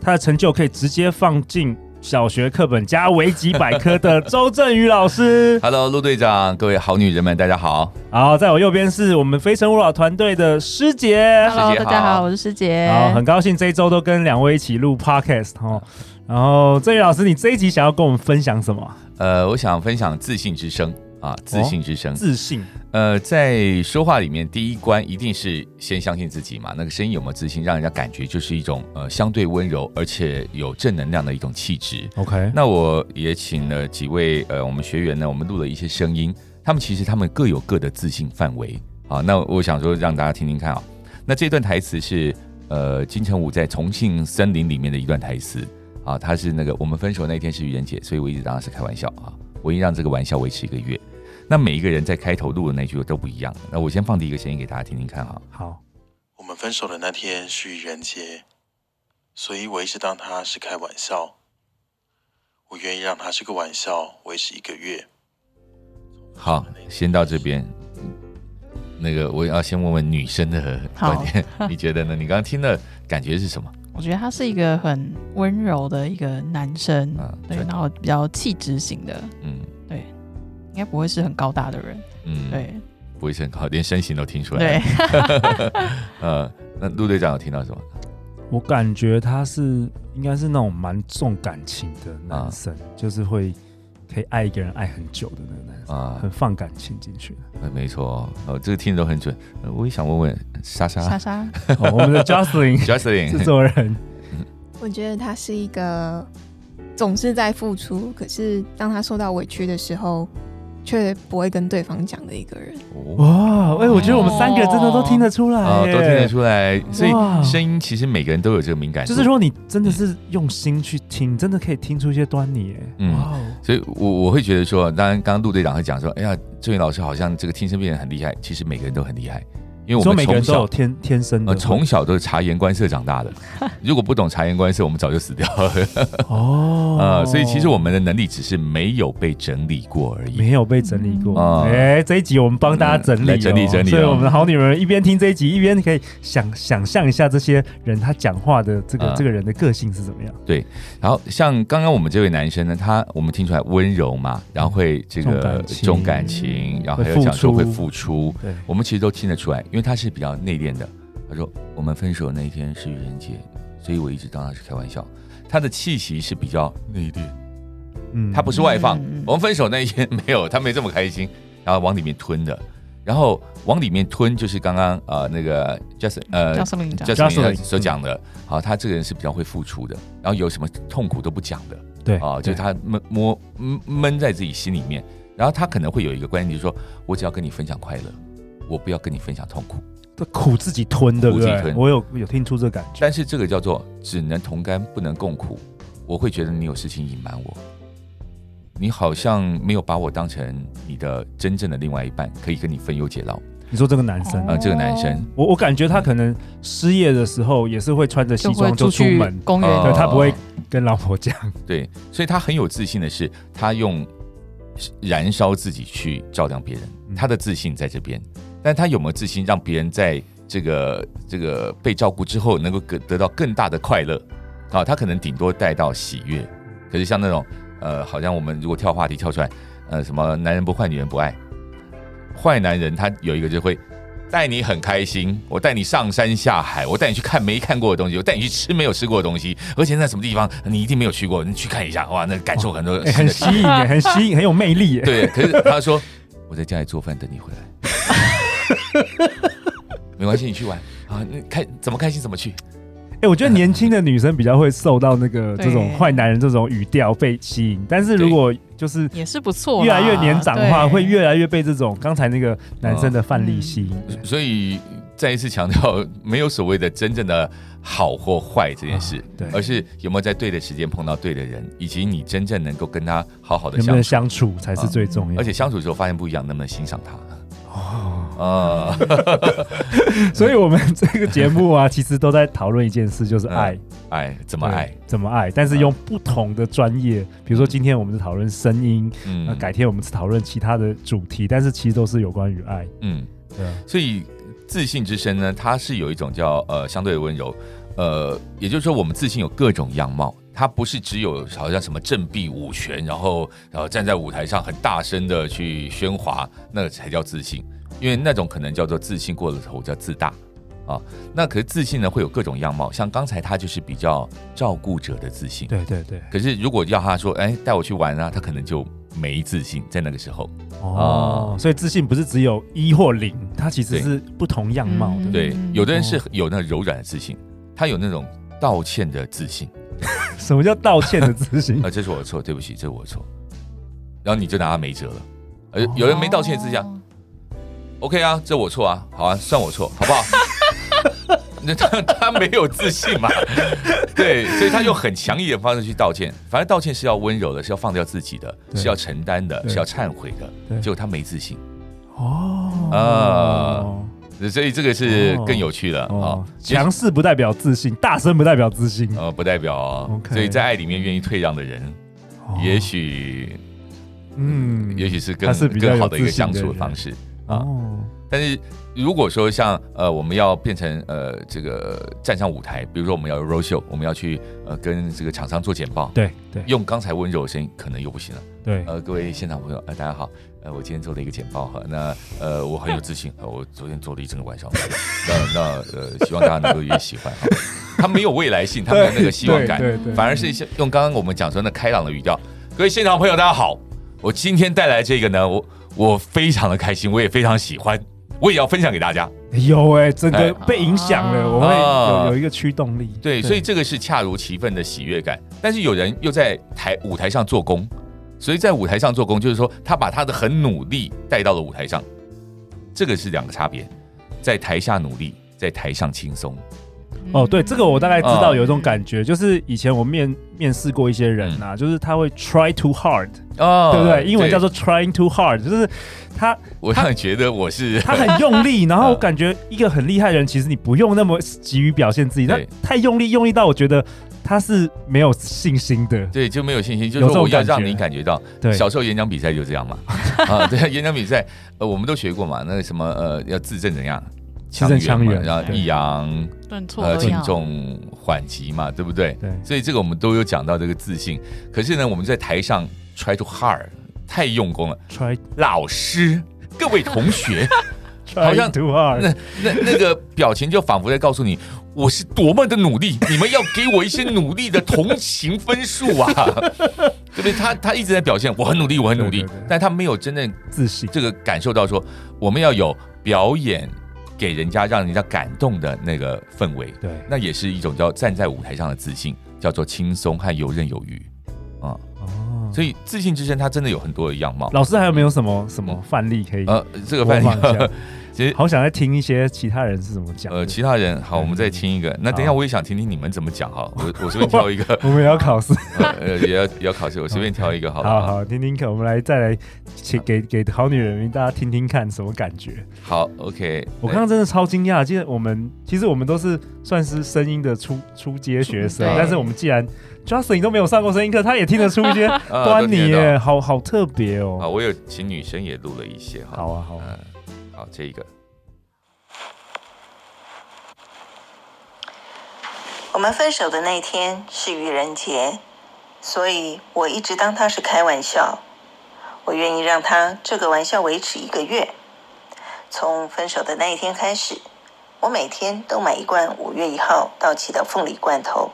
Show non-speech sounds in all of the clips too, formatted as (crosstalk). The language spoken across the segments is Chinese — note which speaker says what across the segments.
Speaker 1: 他的成就可以直接放进小学课本加维基百科的周振宇老师。
Speaker 2: Hello，陆队长，各位好女人们，大家好。
Speaker 1: 好，在我右边是我们非诚勿扰团队的师姐。
Speaker 2: 师
Speaker 3: Hello，
Speaker 2: 姐
Speaker 3: 大家
Speaker 2: 好
Speaker 3: 好，我是师姐。
Speaker 1: 好，很高兴这一周都跟两位一起录 podcast 哦。然后振宇老师，你这一集想要跟我们分享什么啊？
Speaker 2: 呃，我想分享自信之声啊，自信之声。
Speaker 1: 自信。
Speaker 2: 呃，在说话里面，第一关一定是先相信自己嘛。那个声音有没有自信，让人家感觉就是一种呃相对温柔，而且有正能量的一种气质。
Speaker 1: OK，
Speaker 2: 那我也请了几位呃我们学员呢，我们录了一些声音，他们其实他们各有各的自信范围。好，那我想说让大家听听看啊、那这段台词是呃金城武在重庆森林里面的一段台词啊，他是那个我们分手那天是愚人节，所以我一直当他是开玩笑啊，我已经让这个玩笑维持一个月。那每一个人在开头录的那句都不一样。那我先放第一个声音给大家听听看啊。
Speaker 1: 好，
Speaker 4: 我们分手的那天是愚人节，所以我一直当它是开玩笑。我愿意让它是个玩笑，维持一个月。
Speaker 2: 好，先到这边。那个，我要先问问女生的
Speaker 3: 好
Speaker 2: 观点，
Speaker 1: (laughs)
Speaker 2: 你觉得呢？你刚刚听的感觉是什么？
Speaker 3: 我觉得他是一个很温柔的一个男生，
Speaker 1: 嗯
Speaker 2: 啊
Speaker 3: 对，
Speaker 2: 对
Speaker 3: 然后比较气质型的，
Speaker 2: 嗯
Speaker 3: 应该不会是很高大的人，
Speaker 2: 嗯，，
Speaker 3: 对
Speaker 2: 不会是很好，连身形都听
Speaker 1: 啊
Speaker 2: 出来
Speaker 3: 对
Speaker 2: 了。， (laughs) 呃，那陆队长有听到什么？
Speaker 1: 我感觉他是应该是那种蛮重感情的男生，
Speaker 2: 啊
Speaker 1: 就是会可以爱一个人爱很久的那个男生，(laughs)
Speaker 2: 啊
Speaker 1: 很放感情进去。
Speaker 2: 呃没错哦，哦，这个听的都很准。呃我也想问问呃莎莎
Speaker 3: (laughs) 莎莎，
Speaker 1: 哦，我们的
Speaker 2: (laughs)
Speaker 1: Justin
Speaker 2: ，Justin，
Speaker 1: 制作人，
Speaker 5: 我觉得他是一个总是在付出，可是当他受到委屈的时候，却不会跟对方讲的一个人。
Speaker 2: 哦
Speaker 1: 哇，哎、我觉得我们三个真的都听得出来、耶
Speaker 2: 哦，都听得出来，所
Speaker 1: 哇
Speaker 2: 以声音其实每个人都有这个敏感度。
Speaker 1: 就是，说，你真的是用心去听，真的可以听出一些端倪、耶
Speaker 2: 嗯
Speaker 1: 哇哦，
Speaker 2: 所以我我会觉得说，当然刚刚陆队长会讲说，哎呀，郑云老师好像这个听声辨人很厉害，其实每个人都很厉害，因为我
Speaker 1: 说
Speaker 2: 们
Speaker 1: 每个
Speaker 2: 从
Speaker 1: 人都
Speaker 2: 小
Speaker 1: 有天天生的
Speaker 2: 呃，从小都是察言观色长
Speaker 1: (laughs)
Speaker 2: 大的。如果不懂察言观色，我们早就死掉了。
Speaker 1: 哦
Speaker 2: 呃，所以其实我们的能力只是没有被整理过而已。
Speaker 1: 没有被整理过。
Speaker 2: 嗯
Speaker 1: 哎、这一集我们帮大家整理、哦
Speaker 2: 嗯来整理整理哦
Speaker 1: 所以我们的好女人一边听这一集，一边可以想想象一下这些人他讲话的这个、
Speaker 2: 嗯
Speaker 1: 这个人的个性是怎么样，
Speaker 2: 然后像刚刚我们这位男生呢，他我们听出来温柔嘛，然后会这
Speaker 1: 重
Speaker 2: 个
Speaker 1: 感情
Speaker 2: 重感情，然后还有
Speaker 1: 会付
Speaker 2: 讲说
Speaker 1: 出
Speaker 2: 会付出，
Speaker 1: 对，
Speaker 2: 我们其实都听得出来，因为他是比较内敛的。他说我们分手那一天是愚人节，所以我一直当他是开玩笑。他的气息是比较内敛，
Speaker 1: 嗯
Speaker 2: 他不是外放。
Speaker 3: 嗯
Speaker 2: 我们分手那一天没有，他没这么开心，然后往里面吞的，然后往里面吞就是刚刚呃那个 Justin 呃
Speaker 3: 叫什么名字啊？
Speaker 2: Justin
Speaker 1: Jocelyn，
Speaker 2: 所讲的，好，他这个人是比较会付出的，然后有什么痛苦都不讲的
Speaker 1: 对
Speaker 2: 啊，就是他闷摸闷闷在自己心里面，然后他可能会有一个观念，就是说我只要跟你分享快乐，我不要跟你分享痛苦。
Speaker 1: 对苦自己吞，对不
Speaker 2: 苦自己
Speaker 1: 对？
Speaker 2: 吞
Speaker 1: 我有有听出这感觉，
Speaker 2: 但是这个叫做只能同甘不能共苦，我会觉得你有事情隐瞒我，你好像没有把我当成你的真正的另外一半，可以跟你分忧解劳
Speaker 1: 你说这个男生，
Speaker 2: 啊、
Speaker 3: 哦
Speaker 2: 这个男生，
Speaker 1: 我我感觉他可能失业的时候也是会穿着西
Speaker 3: 就会
Speaker 1: 装就出
Speaker 3: 去
Speaker 1: 门，
Speaker 3: 公
Speaker 2: 哦
Speaker 3: 园，
Speaker 1: 对他不会跟老婆讲，
Speaker 2: 对，所以他很有自信的是，他用燃烧自己去照亮别人
Speaker 1: 嗯，
Speaker 2: 他的自信在这边。但他有没有自信让别人在这个这个被照顾之后，能够得得到更大的快乐？啊，他可能顶多带到喜悦，可是像那种呃，好像我们如果跳话题跳出来，呃，什么男人不坏，女人不爱，坏男人他有一个就会。带你很开心，我带你上山下海，我带你去看没看过的东西，我带你去吃没有吃过的东西，而且那什么地方你一定没有去过，你去看一下，哇，那感受很多
Speaker 1: 哎
Speaker 2: 新
Speaker 1: 很
Speaker 2: 的
Speaker 1: 吸引，哎很吸引，很有魅力。哎
Speaker 2: 对，可是他说我在家里做饭等你回来，没关系，你去玩啊，那开怎么开心怎么去。
Speaker 1: 哎，我觉得年轻的女生比较会受到那个
Speaker 3: 对
Speaker 1: 这种坏男人这种语调被吸引，但是如果就是
Speaker 3: 也是不错啦。
Speaker 1: 越来越年长的话，
Speaker 3: 对
Speaker 2: 嗯
Speaker 1: 会越来越被这种刚才那个男生的范例吸引。
Speaker 2: 所以再一次强调，没有所谓的真正的好或坏这件事，
Speaker 1: 啊对
Speaker 2: 而是呃有没有在对的时间碰到对的人，以及你真正能够跟他好好的
Speaker 1: 能不
Speaker 2: 相
Speaker 1: 能
Speaker 2: 处，
Speaker 1: 相
Speaker 2: 嗯
Speaker 1: 处才是最重要。
Speaker 2: 而且相处之后发现不一样，能不能欣赏他
Speaker 1: 哦，
Speaker 2: 啊？
Speaker 1: 所以我们这个节目啊，其实都在讨论一件事，就是爱，
Speaker 2: 爱嗯怎
Speaker 1: 怎
Speaker 2: 么爱？，
Speaker 1: 怎么爱，但是用不同的专业，比如说今天我们是讨论声音，那
Speaker 2: 嗯
Speaker 1: 改天我们是讨论其他的主题，但是其实都是有关于爱。
Speaker 2: 嗯，
Speaker 1: 对啊，
Speaker 2: 所以自信之身呢，它是有一种叫呃相对的温柔，呃，也就是说我们自信有各种样貌，它不是只有好像什么振臂舞拳，然后然后站在舞台上很大声的去喧哗，那才叫自信，因为那种可能叫做自信过了头，叫自大。啊，那可是自信呢，会有各种样貌，像刚才他就是比较照顾者的自信，
Speaker 1: 对对对，
Speaker 2: 可是如果要他说，哎，带我去玩啊，他可能就没自信，在那个时候。
Speaker 1: 哦，所以自信不是只有一或零，它其实
Speaker 2: 对
Speaker 1: 是不同样貌的。
Speaker 2: 对
Speaker 3: 嗯，
Speaker 2: 有的人
Speaker 1: 哦
Speaker 2: 是有那柔软的自信，他有那种道歉的自信，
Speaker 1: 什么叫道歉的自信
Speaker 2: (laughs) 啊、？这是我的错，对不起，这是我的错，然后你就拿他没辙了。呃，有人没道歉的自信、啊
Speaker 3: 哦
Speaker 2: o k 啊，这我错啊，好啊，算我错，好不好？ (laughs) 那他他没有自信嘛？ (laughs) 对，所以他用很强硬的方式去道歉。反正道歉是要温柔的，是要放掉自己的，
Speaker 1: 对
Speaker 2: 是要承担的，
Speaker 1: 对
Speaker 2: 是要忏悔
Speaker 1: 对
Speaker 2: 的。结果他没自信，
Speaker 1: 哦
Speaker 2: 呃啊。所以这个是更有趣了啊、
Speaker 1: 哦，
Speaker 2: 其实
Speaker 1: 强势不代表自信，大声不代表自信。
Speaker 2: 呃，不代表哦
Speaker 1: OK
Speaker 2: 所以在爱里面愿意退让的人，
Speaker 1: 哦
Speaker 2: 也许，
Speaker 1: 嗯
Speaker 2: 也许是
Speaker 1: 他
Speaker 2: 更
Speaker 1: 是比较有
Speaker 2: 更好的一个
Speaker 1: 自信
Speaker 2: 相
Speaker 1: 的
Speaker 2: 处的
Speaker 1: 人
Speaker 2: 方式。
Speaker 1: 哦，
Speaker 2: 但是如果说像呃，我们要变成呃这个站上舞台，比如说我们要 road show，我们要去呃跟这个厂商做简报，
Speaker 1: 对对
Speaker 2: 用刚才温柔的声音可能又不行了。
Speaker 1: 对，
Speaker 2: 呃，各位现场朋友，呃，大家好，呃，我今天做了一个简报哈，那呃，我很有自信，呃我昨天做了一整个晚上，那那呃，希望大家能够也喜欢哈。他没有未来性，他没有那个希望感，
Speaker 1: 对对对
Speaker 2: 反而是一些用刚刚我们讲说那开朗的语调。各位现场朋友，大家好，我今天带来这个呢，我我非常的开心，我也非常喜欢，我也要分享给大家。
Speaker 1: 有哎，整个
Speaker 2: 哎
Speaker 1: 被影响了，
Speaker 3: 啊
Speaker 1: 我会
Speaker 2: 啊
Speaker 1: 有有一个驱动力。
Speaker 2: 对，所以这个是恰如其分的喜悦感。但是有人又在台舞台上做工，所以在舞台上做工，就是说他把他的很努力带到了舞台上，这个是两个差别，在台下努力，在台上轻松。
Speaker 3: 嗯
Speaker 1: 哦，对，这个我大概知道
Speaker 2: 嗯
Speaker 1: 有一种感觉，就是以前我面面试过一些人
Speaker 2: 嗯
Speaker 1: 啊，就是他会 try too hard，
Speaker 2: 哦
Speaker 1: 对不对？英文叫做 trying too hard，就是他
Speaker 2: 我让你觉得我是
Speaker 1: 他很用力，然后我感觉一个很厉害的人，其实你不用那么急于表现自己，他
Speaker 2: 对。
Speaker 1: 太用力，用力到我觉得他是没有信心的
Speaker 2: 对就没有信心，就
Speaker 1: 有这
Speaker 2: 是说
Speaker 1: 种
Speaker 2: 我要
Speaker 1: 感觉
Speaker 2: 让你感觉到。
Speaker 1: 对，
Speaker 2: 小时候演讲比赛就
Speaker 1: (laughs)
Speaker 2: 这样嘛，啊，对，演讲比赛，呃，我们都学过嘛，那个什么，呃，要字正怎样，
Speaker 1: 字正腔
Speaker 2: 嘛
Speaker 1: 圆
Speaker 2: 然后
Speaker 1: 对
Speaker 2: 抑扬，
Speaker 3: 顿挫
Speaker 2: 呃，
Speaker 3: 而
Speaker 2: 轻
Speaker 3: 要，
Speaker 2: 重缓急嘛，对不对？
Speaker 1: 对
Speaker 2: 所以这个我们都有讲到这个自信。可是呢，我们在台上 try to hard，太用功了。
Speaker 1: try
Speaker 2: 老师，各位同
Speaker 1: (laughs)
Speaker 2: 学，
Speaker 1: 好
Speaker 2: 好像
Speaker 1: too hard，
Speaker 2: 那那那个表情就仿佛在告诉你，我是多么的努力，你们要给我一些努力的同情分数啊， (laughs) 对不对？他他一直在表现我很努力，我很努力，
Speaker 1: 对对对
Speaker 2: 但他没有真正
Speaker 1: 自信
Speaker 2: 这个感受到说，我们要有表演给人家让人家感动的那个氛围，
Speaker 1: 对
Speaker 2: 那也是一种叫站在舞台上的自信，叫做轻松和游刃有余啊、
Speaker 1: 哦。
Speaker 2: 所以自信之身，它真的有很多的样貌。
Speaker 1: 老师还有没有什么什么范例可以
Speaker 2: 呃，这个
Speaker 1: 模
Speaker 2: 范
Speaker 1: 仿一
Speaker 2: (laughs) 例
Speaker 1: 下，？
Speaker 2: 其实
Speaker 1: 好想再听一些其他人是怎么讲的。
Speaker 2: 呃，其他人好，
Speaker 1: 嗯
Speaker 2: 我们再听一个。那等一下
Speaker 1: 好，
Speaker 2: 我也想听听你们怎么讲哈。我我随便挑一个
Speaker 1: 我们也要考试，
Speaker 2: 呃，也要也要考试，我随便挑一个好
Speaker 1: (laughs) 好
Speaker 2: 了。好
Speaker 1: 好听听看，我们来再来请给给好女人们大家听听看什么感觉。
Speaker 2: 好，OK。哎
Speaker 1: 我刚刚真的超惊讶，记得我们其实我们都是算是声音的初初阶学生
Speaker 3: 对，
Speaker 1: 但是我们既然 Justin 都没有上过声音课，他也听得出一
Speaker 2: (laughs)
Speaker 1: 些
Speaker 2: 啊
Speaker 1: (laughs) 端倪。
Speaker 2: 都听得
Speaker 1: 耶，好好特别
Speaker 2: 到好，
Speaker 1: 哦。
Speaker 2: 我有请女生也录了一些哈。
Speaker 1: 好啊好啊，
Speaker 2: 嗯，好，这一个。
Speaker 6: 我们分手的那天是愚人节，所以我一直当他是开玩笑。我愿意让他这个玩笑维持一个月。从分手的那一天开始，我每天都买一罐五月一号到期的凤梨罐头，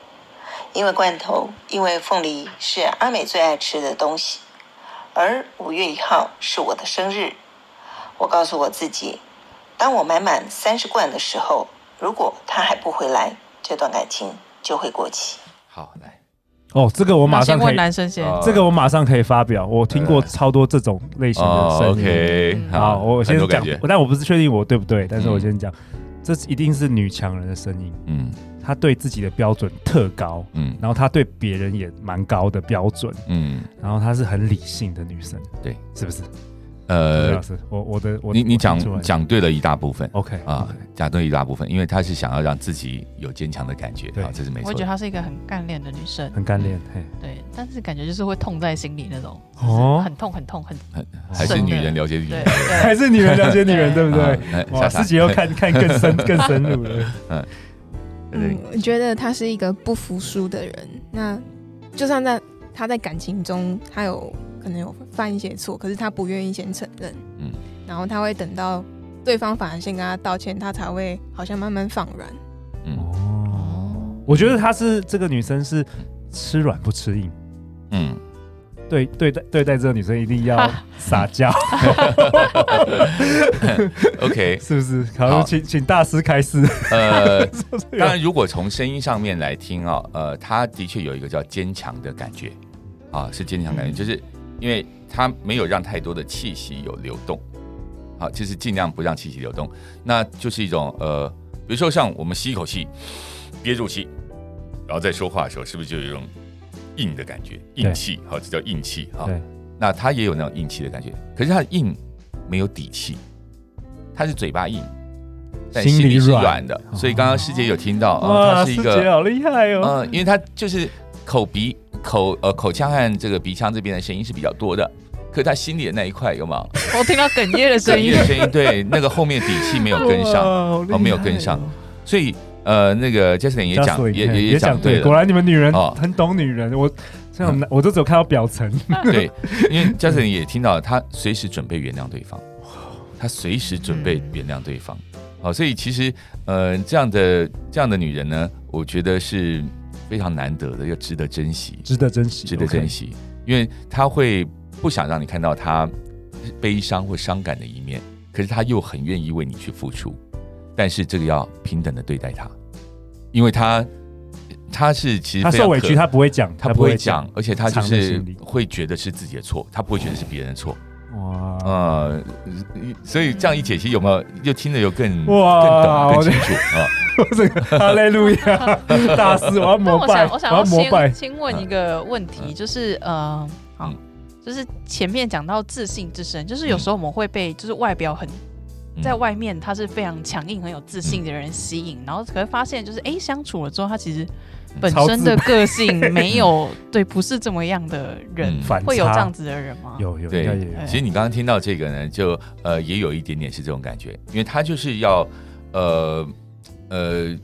Speaker 6: 因为罐头，因为凤梨是阿美最爱吃的东西，而五月一号是我的生日。我告诉我自己，当我买满三十罐的时候，如果他还不回来，这段感情就会过期。
Speaker 2: 好，来，
Speaker 1: 哦，这个我
Speaker 3: 我
Speaker 1: 马上可
Speaker 3: 问
Speaker 1: 以，
Speaker 3: 男生先，
Speaker 2: 哦
Speaker 1: 这个我马上可以发表。我听过超多这种类型的声音。
Speaker 2: 哦 OK，
Speaker 3: 嗯
Speaker 1: 好，我
Speaker 2: 很
Speaker 1: 先
Speaker 2: 多感
Speaker 1: 讲
Speaker 2: 觉，
Speaker 1: 但我不是确定我对不对，但是我
Speaker 2: 嗯
Speaker 1: 先讲。这一定是女强人的声音。
Speaker 2: 嗯
Speaker 1: 她对自己的标准特高，
Speaker 2: 嗯
Speaker 1: 然后她对别人也蛮高的标准，
Speaker 2: 嗯，
Speaker 1: 然后她是很理性的女生，
Speaker 2: 对，
Speaker 1: 是不是？呃，
Speaker 2: 呃
Speaker 1: 老，师，我我的我
Speaker 2: 你你
Speaker 1: 我听
Speaker 2: 讲
Speaker 1: 出来
Speaker 2: 讲对了一大部分
Speaker 1: ，OK
Speaker 2: 啊
Speaker 1: 啊，，
Speaker 2: 讲对了一大部分，因为他是想要让自己有坚强的感觉
Speaker 1: 对
Speaker 2: 啊，这是没
Speaker 3: 我
Speaker 2: 错
Speaker 3: 觉得
Speaker 2: 的。
Speaker 3: 她是一个很干练的女生，
Speaker 1: 很干练，嘿，
Speaker 3: 对，但是感觉就是会痛在心里那种，
Speaker 1: 哦
Speaker 3: 很痛很痛很，
Speaker 2: 还是
Speaker 3: 真的
Speaker 2: 女人了解女
Speaker 3: 对
Speaker 2: 人，
Speaker 1: 还
Speaker 2: (laughs)
Speaker 3: 对，
Speaker 1: 是女人了解女人，对不对？
Speaker 2: 啊那
Speaker 1: 哇，
Speaker 2: 莎莎
Speaker 1: 自己又
Speaker 2: (laughs)
Speaker 1: 看看更深更深入了，
Speaker 2: 对
Speaker 5: 嗯，我觉得他是一个不服输的人。那就算在他在感情中，他有可能有犯一些错，可是他不愿意先承认，
Speaker 2: 嗯
Speaker 5: 嗯，然后他会等到对方反而先跟他道歉，他才会好像慢慢放软。
Speaker 2: 嗯
Speaker 1: 哦，我觉得她是这个女生是吃软不吃硬，
Speaker 2: 嗯，
Speaker 1: 对对待对待这个女生一定要撒
Speaker 2: (laughs)
Speaker 1: 娇，
Speaker 2: OK，
Speaker 1: 是不是？好，
Speaker 2: 好
Speaker 1: 请请大师开示。 (laughs)
Speaker 2: 呃，当然，如果从声音上面来听啊、呃，他的确有一个叫坚强的感觉，啊，是坚强
Speaker 1: 嗯
Speaker 2: 感觉，就是因为他没有让太多的气息有流动，好、就是尽量不让气息流动，那就是一种呃，比如说像我们吸一口气，憋住气，然后再说话的时候，是不是就有一种硬的感觉，硬
Speaker 1: 对
Speaker 2: 气，好、这叫硬气啊。
Speaker 1: 对，
Speaker 2: 那他也有那种硬气的感觉，可是他的硬没有底气，他是嘴巴硬，但
Speaker 1: 心里
Speaker 2: 心里是
Speaker 1: 软
Speaker 2: 软的。所以刚刚师姐有听到，呃，
Speaker 1: 哇，
Speaker 2: 他是一
Speaker 1: 师
Speaker 2: 个
Speaker 1: 姐好厉害哦，
Speaker 2: 嗯，因为他就是口鼻口呃口腔和这个鼻腔这边的声音是比较多的，可他心里的那一块有没有？
Speaker 3: 我听到哽咽的声
Speaker 2: 哽
Speaker 3: 音
Speaker 2: 咽，的声音，对， (laughs) 那个后面底气没有跟上，
Speaker 1: 哇
Speaker 2: 哦没有跟上，所以呃，那个 j a s o n 也讲
Speaker 1: Jocelyn，
Speaker 2: 也
Speaker 1: 嘿
Speaker 2: 也
Speaker 1: 也
Speaker 2: 讲对
Speaker 1: 果
Speaker 2: 了，
Speaker 1: 然你们女人
Speaker 2: 哦嗯
Speaker 1: 很懂女人，我这种我都只有看到表层，
Speaker 2: 对，因为 j a s o n 也听到了他随时准备原谅对方，他随时准备原谅对方，好，所以其实呃这样的这样的女人呢，我觉得是非常难得的，要值得珍惜。
Speaker 1: 值得珍惜，
Speaker 2: 值得珍。惜，因为他会不想让你看到他悲伤或伤感的一面，可是他又很愿意为你去付出，但是这个要平等的对待他，因为他他是其实
Speaker 1: 他
Speaker 2: 非
Speaker 1: 受
Speaker 2: 常
Speaker 1: 委
Speaker 2: 可
Speaker 1: 屈，他不会讲，
Speaker 2: 他不会讲，而且他就
Speaker 1: 藏在
Speaker 2: 是
Speaker 1: 心里
Speaker 2: 会觉得是自己的错，他不会觉得是别人的错，
Speaker 1: 哇，
Speaker 2: 呃，所以这样一解析有没有又听得有嗯更
Speaker 1: 哇
Speaker 2: 更懂
Speaker 1: 我
Speaker 2: 更清楚啊？
Speaker 1: 这个哈利路
Speaker 2: (laughs)
Speaker 1: 亚大师，我要
Speaker 3: 那
Speaker 1: 膜
Speaker 3: 我
Speaker 1: 拜，
Speaker 3: 想，我想
Speaker 1: 要嗯
Speaker 3: 要
Speaker 1: 膜拜
Speaker 3: 先，先问一个问题，就是呃，好
Speaker 2: 嗯，
Speaker 3: 就是前面讲到自信之身，就是有
Speaker 1: 嗯
Speaker 3: 时候我们会被就是外表很
Speaker 2: 嗯
Speaker 3: 在外面他是非常强硬、很有自信的人吸
Speaker 1: 嗯
Speaker 3: 引，然后可是发现就是哎、诶相处了之后，他其实本
Speaker 1: 超
Speaker 3: 身
Speaker 1: 自
Speaker 3: 的
Speaker 1: 卑
Speaker 3: 个性没
Speaker 1: (laughs)
Speaker 3: 有对，不是这么样的人
Speaker 2: 嗯，
Speaker 1: 反
Speaker 3: 会有
Speaker 1: 差
Speaker 3: 这样子的人吗？
Speaker 1: 有有
Speaker 2: 对
Speaker 1: 应该
Speaker 3: 哎
Speaker 1: 也有
Speaker 2: 其实你刚刚听到这个呢，就呃也有一点点是这种感觉，因为他就是要呃呃，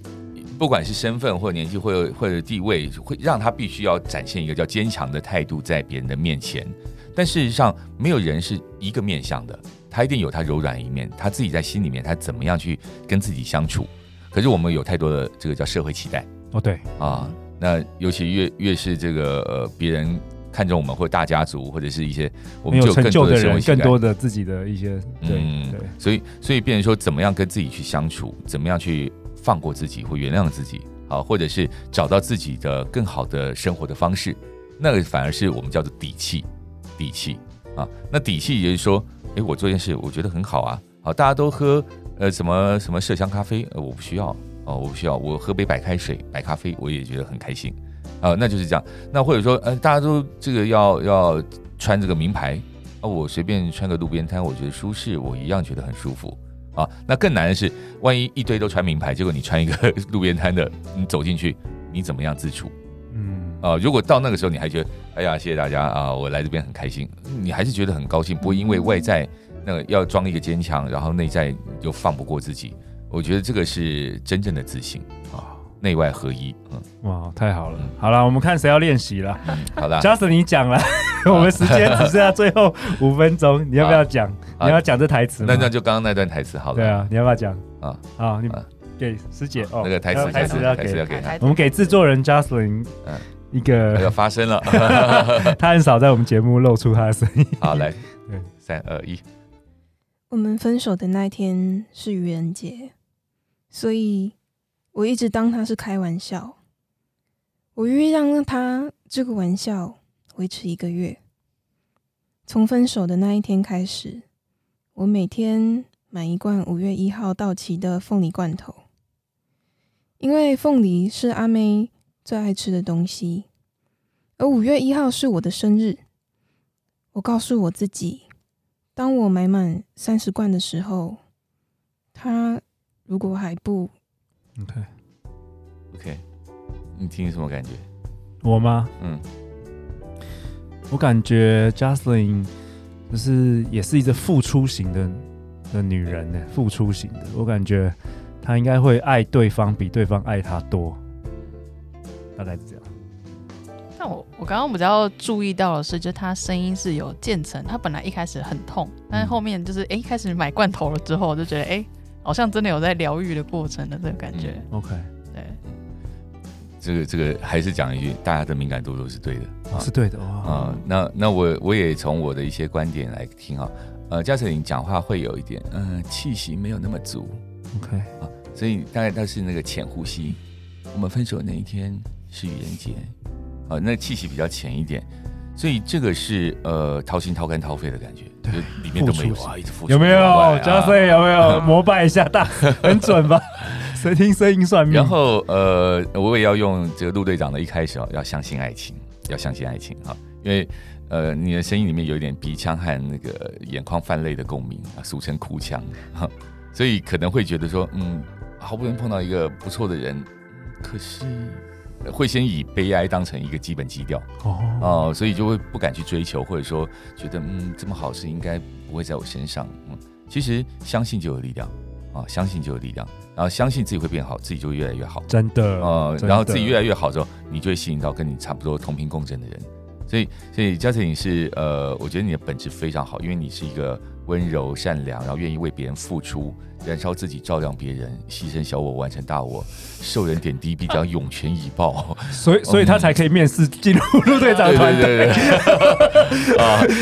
Speaker 2: 不管是身份或者年纪或者或者地位，会让他必须要展现一个叫坚强的态度在别人的面前。但事实上，没有人是一个面向的，他一定有他柔软的一面，他自己在心里面他怎么样去跟自己相处。可是我们有太多的这个叫社会期待。
Speaker 1: 哦对，
Speaker 2: 啊，那尤其越越是这个呃别人看重我们或大家族或者是一些我
Speaker 1: 没
Speaker 2: 们
Speaker 1: 有
Speaker 2: 就有
Speaker 1: 成
Speaker 2: 更
Speaker 1: 就
Speaker 2: 多
Speaker 1: 的
Speaker 2: 的社会
Speaker 1: 人，
Speaker 2: 期待
Speaker 1: 更多的自己的一些对
Speaker 2: 嗯
Speaker 1: 对，
Speaker 2: 所以所以变成说怎么样跟自己去相处，怎么样去放过自己或原谅自己，好、或者是找到自己的更好的生活的方式，那个反而是我们叫做底气，底气啊，那底气也就是说，诶，我做一件事我觉得很好啊，好，大家都喝呃什么什么麝香咖啡，呃我不需要。哦，我不需要，我喝杯白开水、白咖啡，我也觉得很开心，啊、那就是这样。那或者说，呃，大家都这个要要穿这个名牌，啊，我随便穿个路边摊，我觉得舒适，我一样觉得很舒服啊。那更难的是，万一一堆都穿名牌，结果你穿一个 (laughs) 路边摊的，你走进去，你怎么样自处
Speaker 1: 嗯，
Speaker 2: 啊？如果到那个时候你还觉得，哎呀，谢谢大家啊，我来这边很开心，你还是觉得很高兴，不会因为外在那个要装一个坚强，然后内在你就放不过自己。我觉得这个是真正的自信啊，内外合一。嗯，
Speaker 1: 哇，太好了，好了，我们看谁要练习了。
Speaker 2: 好啦，
Speaker 1: Justin，你讲了，
Speaker 2: 啊
Speaker 1: 我们时间只剩下最后五分钟，你要不要讲？
Speaker 2: 好
Speaker 1: 你要讲这台词吗？
Speaker 2: 啊那那就刚刚那段台词好了。
Speaker 1: 对啊，你要不要讲？
Speaker 2: 啊，
Speaker 1: 啊，你
Speaker 2: 啊
Speaker 1: 给师姐哦，
Speaker 2: 那个台词
Speaker 1: 台词要
Speaker 2: 台词
Speaker 1: 给
Speaker 2: 要给他，
Speaker 1: 我们给制作人 Justin
Speaker 2: 嗯
Speaker 1: 一
Speaker 2: 要
Speaker 1: 个，
Speaker 2: 发声了。
Speaker 1: 他很少在我们节目露出他的声音。
Speaker 2: 好，来
Speaker 1: 对，
Speaker 2: 三二一，
Speaker 5: 我们分手的那天是愚人节，所以我一直当他是开玩笑。我愿意让他这个玩笑维持一个月。从分手的那一天开始，我每天买一罐五月一号到期的凤梨罐头，因为凤梨是阿妹最爱吃的东西，而五月一号是我的生日。我告诉我自己，当我买满三十罐的时候，它如果还不
Speaker 1: OK，
Speaker 2: OK，你听什么感觉？
Speaker 1: 我吗？
Speaker 2: 嗯，
Speaker 1: 我感觉 Jocelyn 就是也是一个付出型的的女人呢，付出型的。我感觉她应该会爱对方比对方爱她多，大概是这样。
Speaker 3: 但我我刚刚比较注意到的是，就是他声音是有渐层，他本来一开始很痛，但是后面就是哎、诶开始买罐头了之后，就觉得哎、诶好像真的有在疗愈的过程的这个感觉。
Speaker 1: OK，、
Speaker 2: 啊
Speaker 3: 对，
Speaker 2: 这个这个还是讲一句，大家的敏感度都是对的啊
Speaker 1: 是对的哇。
Speaker 2: 啊、那那我我也从我的一些观点来听啊，呃，嘉诚你讲话会有一点，嗯、气息没有那么足，
Speaker 1: OK，
Speaker 2: 所以大概他是那个浅呼吸。我们分手那一天是愚人节，啊，那气息比较浅一点，所以这个是呃掏心掏肝掏肺的感觉，就里面都没有
Speaker 1: 付出
Speaker 2: 啊，一直付出
Speaker 1: 有没有
Speaker 2: 啊
Speaker 1: Jocelyn 有没
Speaker 2: (laughs)
Speaker 1: 有膜拜一下大，很准吧？谁听声音算命？
Speaker 2: 然后呃，我也要用这个陆队长的一开始哦，要相信爱情，要相信爱情啊，因为呃，你的声音里面有一点鼻腔和那个眼眶泛泪的共鸣啊，俗称哭腔，哈，所以可能会觉得说，嗯，好不容易碰到一个不错的人，可是会先以悲哀当成一个基本基调
Speaker 1: 哦，
Speaker 2: 哦、所以就会不敢去追求，或者说觉得嗯，这么好事应该不会在我身上，嗯，其实相信就有力量啊，相信就有力量，然后相信自己会变好，自己就越来越好。
Speaker 1: 真的
Speaker 2: 呃，
Speaker 1: 真的
Speaker 2: 然后自己越来越好之后，你就会吸引到跟你差不多同频共振的人。所以，所以嘉诚你是呃，我觉得你的本质非常好，因为你是一个温柔、善良，然后愿意为别人付出，燃烧自己，照亮别人，牺牲小我，完成大我，受人点滴必将涌泉以报。 (laughs)
Speaker 1: 所以所以他才可以面试进入陆队长
Speaker 2: 哦对
Speaker 1: 团
Speaker 2: 对
Speaker 1: 队。
Speaker 2: 对对，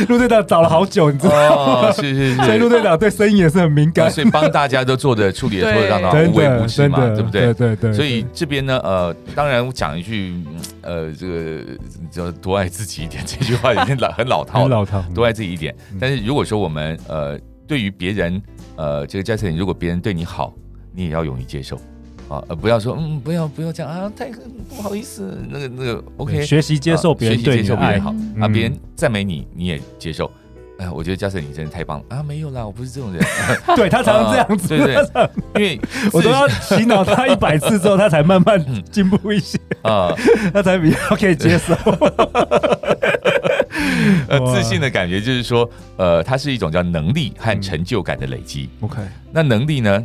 Speaker 1: 陆队长找了好久，你知道吗？
Speaker 2: (laughs) 哦，是 (laughs) 是
Speaker 1: 所以陆
Speaker 2: 是。
Speaker 1: 队长对声音也是很敏
Speaker 2: 啊
Speaker 1: 感，
Speaker 2: 所以帮大家都做的处理的
Speaker 3: 对
Speaker 2: 妥妥当当，
Speaker 1: 真
Speaker 2: 无微不
Speaker 1: 的，
Speaker 2: 至
Speaker 1: 真
Speaker 2: 嘛，
Speaker 1: 的，
Speaker 2: 对不
Speaker 1: 对？对对，
Speaker 2: 所以这边呢，呃，当然我讲一句，嗯呃，这个叫多爱自己一点，这句话已经老很老套
Speaker 1: 很
Speaker 2: 了，
Speaker 1: 老套，
Speaker 2: 多爱自己一点
Speaker 1: 嗯。
Speaker 2: 但是如果说我们呃，对于别人，呃，这个 Jason，如果别人对你好，你也要勇于接受啊，呃，不要说嗯，不要不要这样啊，太不好意思，那个那个
Speaker 1: 对
Speaker 2: ，OK，
Speaker 1: 学习接受别
Speaker 2: 啊
Speaker 1: 人
Speaker 2: 学习
Speaker 1: 对
Speaker 2: 接
Speaker 1: 你
Speaker 2: 受
Speaker 1: 的
Speaker 2: 别
Speaker 1: 爱
Speaker 2: 人，好
Speaker 1: 嗯
Speaker 2: 啊，别人赞美你，你也接受。哎，我觉得 Jason 你真的太棒了啊！没有啦，我不是这种人，
Speaker 1: 对他常常这样子，
Speaker 2: 啊对对
Speaker 1: 他常
Speaker 2: 因
Speaker 1: (laughs)
Speaker 2: 为啊
Speaker 1: 我都要洗脑他一百次之后，他才慢
Speaker 2: 嗯
Speaker 1: 慢进步一些，
Speaker 2: 啊，
Speaker 1: 他才比较可以接受。 (laughs)
Speaker 2: 呃，
Speaker 1: 哇
Speaker 2: 自信的感觉就是说，呃，它是一种叫能力和成就感的累积。
Speaker 1: OK，
Speaker 2: 那能力呢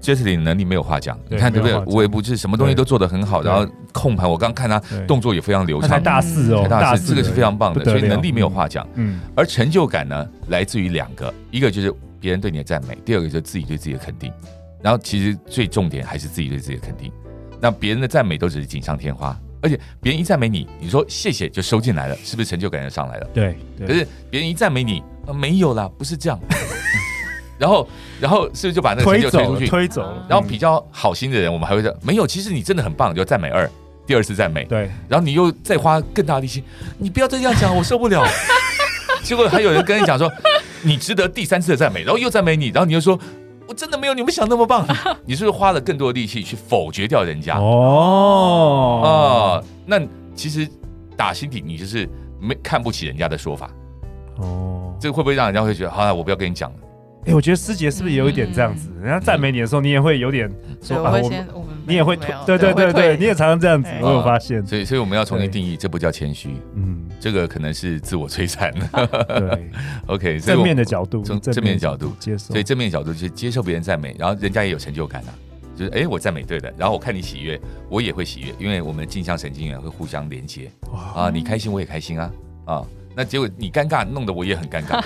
Speaker 2: j e s s i e 的能力没有话讲，
Speaker 1: 对
Speaker 2: 你看对不
Speaker 1: 没
Speaker 2: 对
Speaker 1: 有话？讲
Speaker 2: 无微不至，什么东西
Speaker 1: 对
Speaker 2: 都做得很好，
Speaker 1: 对
Speaker 2: 然后控盘，我刚看他
Speaker 1: 对
Speaker 2: 动作也非常流
Speaker 1: 他才
Speaker 2: 畅，
Speaker 1: 大四哦，
Speaker 2: 才大师
Speaker 1: 四
Speaker 2: 这个是非常棒
Speaker 1: 不
Speaker 2: 的，
Speaker 1: 得
Speaker 2: 所
Speaker 1: 了
Speaker 2: 以能力没有话讲。
Speaker 1: 嗯，
Speaker 2: 而成就感呢，来自于两个，一个就是别人对你的赞美，第二个就是自己对自己的肯定。然后其实最重点还是自己对自己的肯定。那别人的赞美都只是锦上添花，而且别人一赞美你，你说谢谢就收进来了，是不是成就感就上来了？
Speaker 1: 对，
Speaker 2: 可
Speaker 1: 对，
Speaker 2: 是别人一赞美你，呃没有啦，不是这样。 (laughs) 然后，然后是不是就把那个成
Speaker 1: 推
Speaker 2: 就推
Speaker 1: 走
Speaker 2: 出
Speaker 1: 了，
Speaker 2: 去？
Speaker 1: 推走了，嗯
Speaker 2: 然后比较好心的人，我们还会说没有，其实你真的很棒，就赞美二，第二次赞美，
Speaker 1: 对，
Speaker 2: 然后你又再花更大的力气，你不要再这样讲，我受不了。结果还有人跟你讲说，你值得第三次的赞美，然后又赞美你，然后你又说。我真的没有你们想那么棒，你是不是花了更多的力气去否决掉人家？
Speaker 1: 哦
Speaker 2: 哦，那其实打心底你就是没看不起人家的说法，
Speaker 1: 哦，
Speaker 2: 这个会不会让人家会觉得，好了，我不要跟你讲了？
Speaker 1: 哎，我觉得师姐是不是也有一点这样子？
Speaker 3: 嗯
Speaker 1: 人家赞美你的时候，你也会有点
Speaker 3: 所以
Speaker 1: 说
Speaker 3: 我
Speaker 1: 啊，
Speaker 3: 会
Speaker 1: 我
Speaker 3: 先，我们
Speaker 1: 你也会
Speaker 3: 没
Speaker 1: 退
Speaker 3: 有，
Speaker 1: 对对对对，你也常常这样子，
Speaker 3: 对
Speaker 1: 我有发现。
Speaker 2: 所以，所以我们要重新
Speaker 1: 对
Speaker 2: 定义，这不叫谦虚，
Speaker 1: 嗯，
Speaker 2: 这个可能是自我摧
Speaker 1: (laughs)
Speaker 2: 残。 (laughs)
Speaker 1: 对，
Speaker 2: OK，所以
Speaker 1: 正
Speaker 2: 我
Speaker 1: 面的角度，
Speaker 2: 从
Speaker 1: 正
Speaker 2: 正面的角度
Speaker 1: 接受
Speaker 2: 所以。正面角度就是接受别人赞美，然后人家也有成就感啊。就是哎，我赞美对了，然后我看你喜悦，我也会喜悦，因为我们的镜像神经元会互相连接
Speaker 1: 哇，
Speaker 2: 啊，你开心我也开心啊啊，那结果你尴尬，弄得我也很尴尬，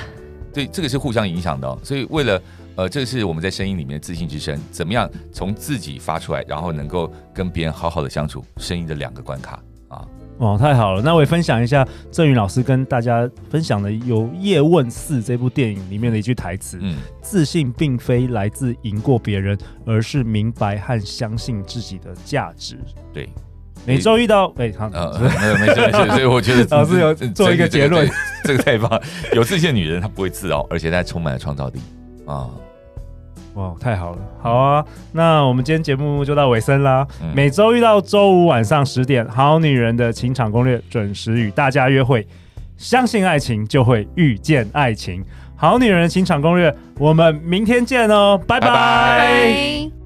Speaker 2: 对，这个是互相影响的哦、所以为了呃，这是我们在声音里面的自信之声，怎么样从自己发出来，然后能够跟别人好好的相处，声音的两个关卡啊，
Speaker 1: 哦，太好了！那我也分享一下郑宇老师跟大家分享的有《叶问四》这部电影里面的一句台词：
Speaker 2: 嗯
Speaker 1: 自信并非来自赢过别人，而是明白和相信自己的价值。
Speaker 2: 对，
Speaker 1: 每周遇到，哎，好，
Speaker 2: 呃，没有没事没事，所以我觉得
Speaker 1: 老师有
Speaker 2: 这这
Speaker 1: 做一个
Speaker 2: 这
Speaker 1: 结论
Speaker 2: 这这个太棒了。有自信的女人她不会自傲，而且她充满了创造力啊。
Speaker 1: 哇，太好了，好啊！那我们今天节目就到尾声啦。
Speaker 2: 嗯
Speaker 1: 每周一到周五晚上十点，《好女人的情场攻略》准时与大家约会。相信爱情，就会遇见爱情。《好女人的情场攻略》，我们明天见哦，拜拜
Speaker 2: 拜拜
Speaker 3: 拜。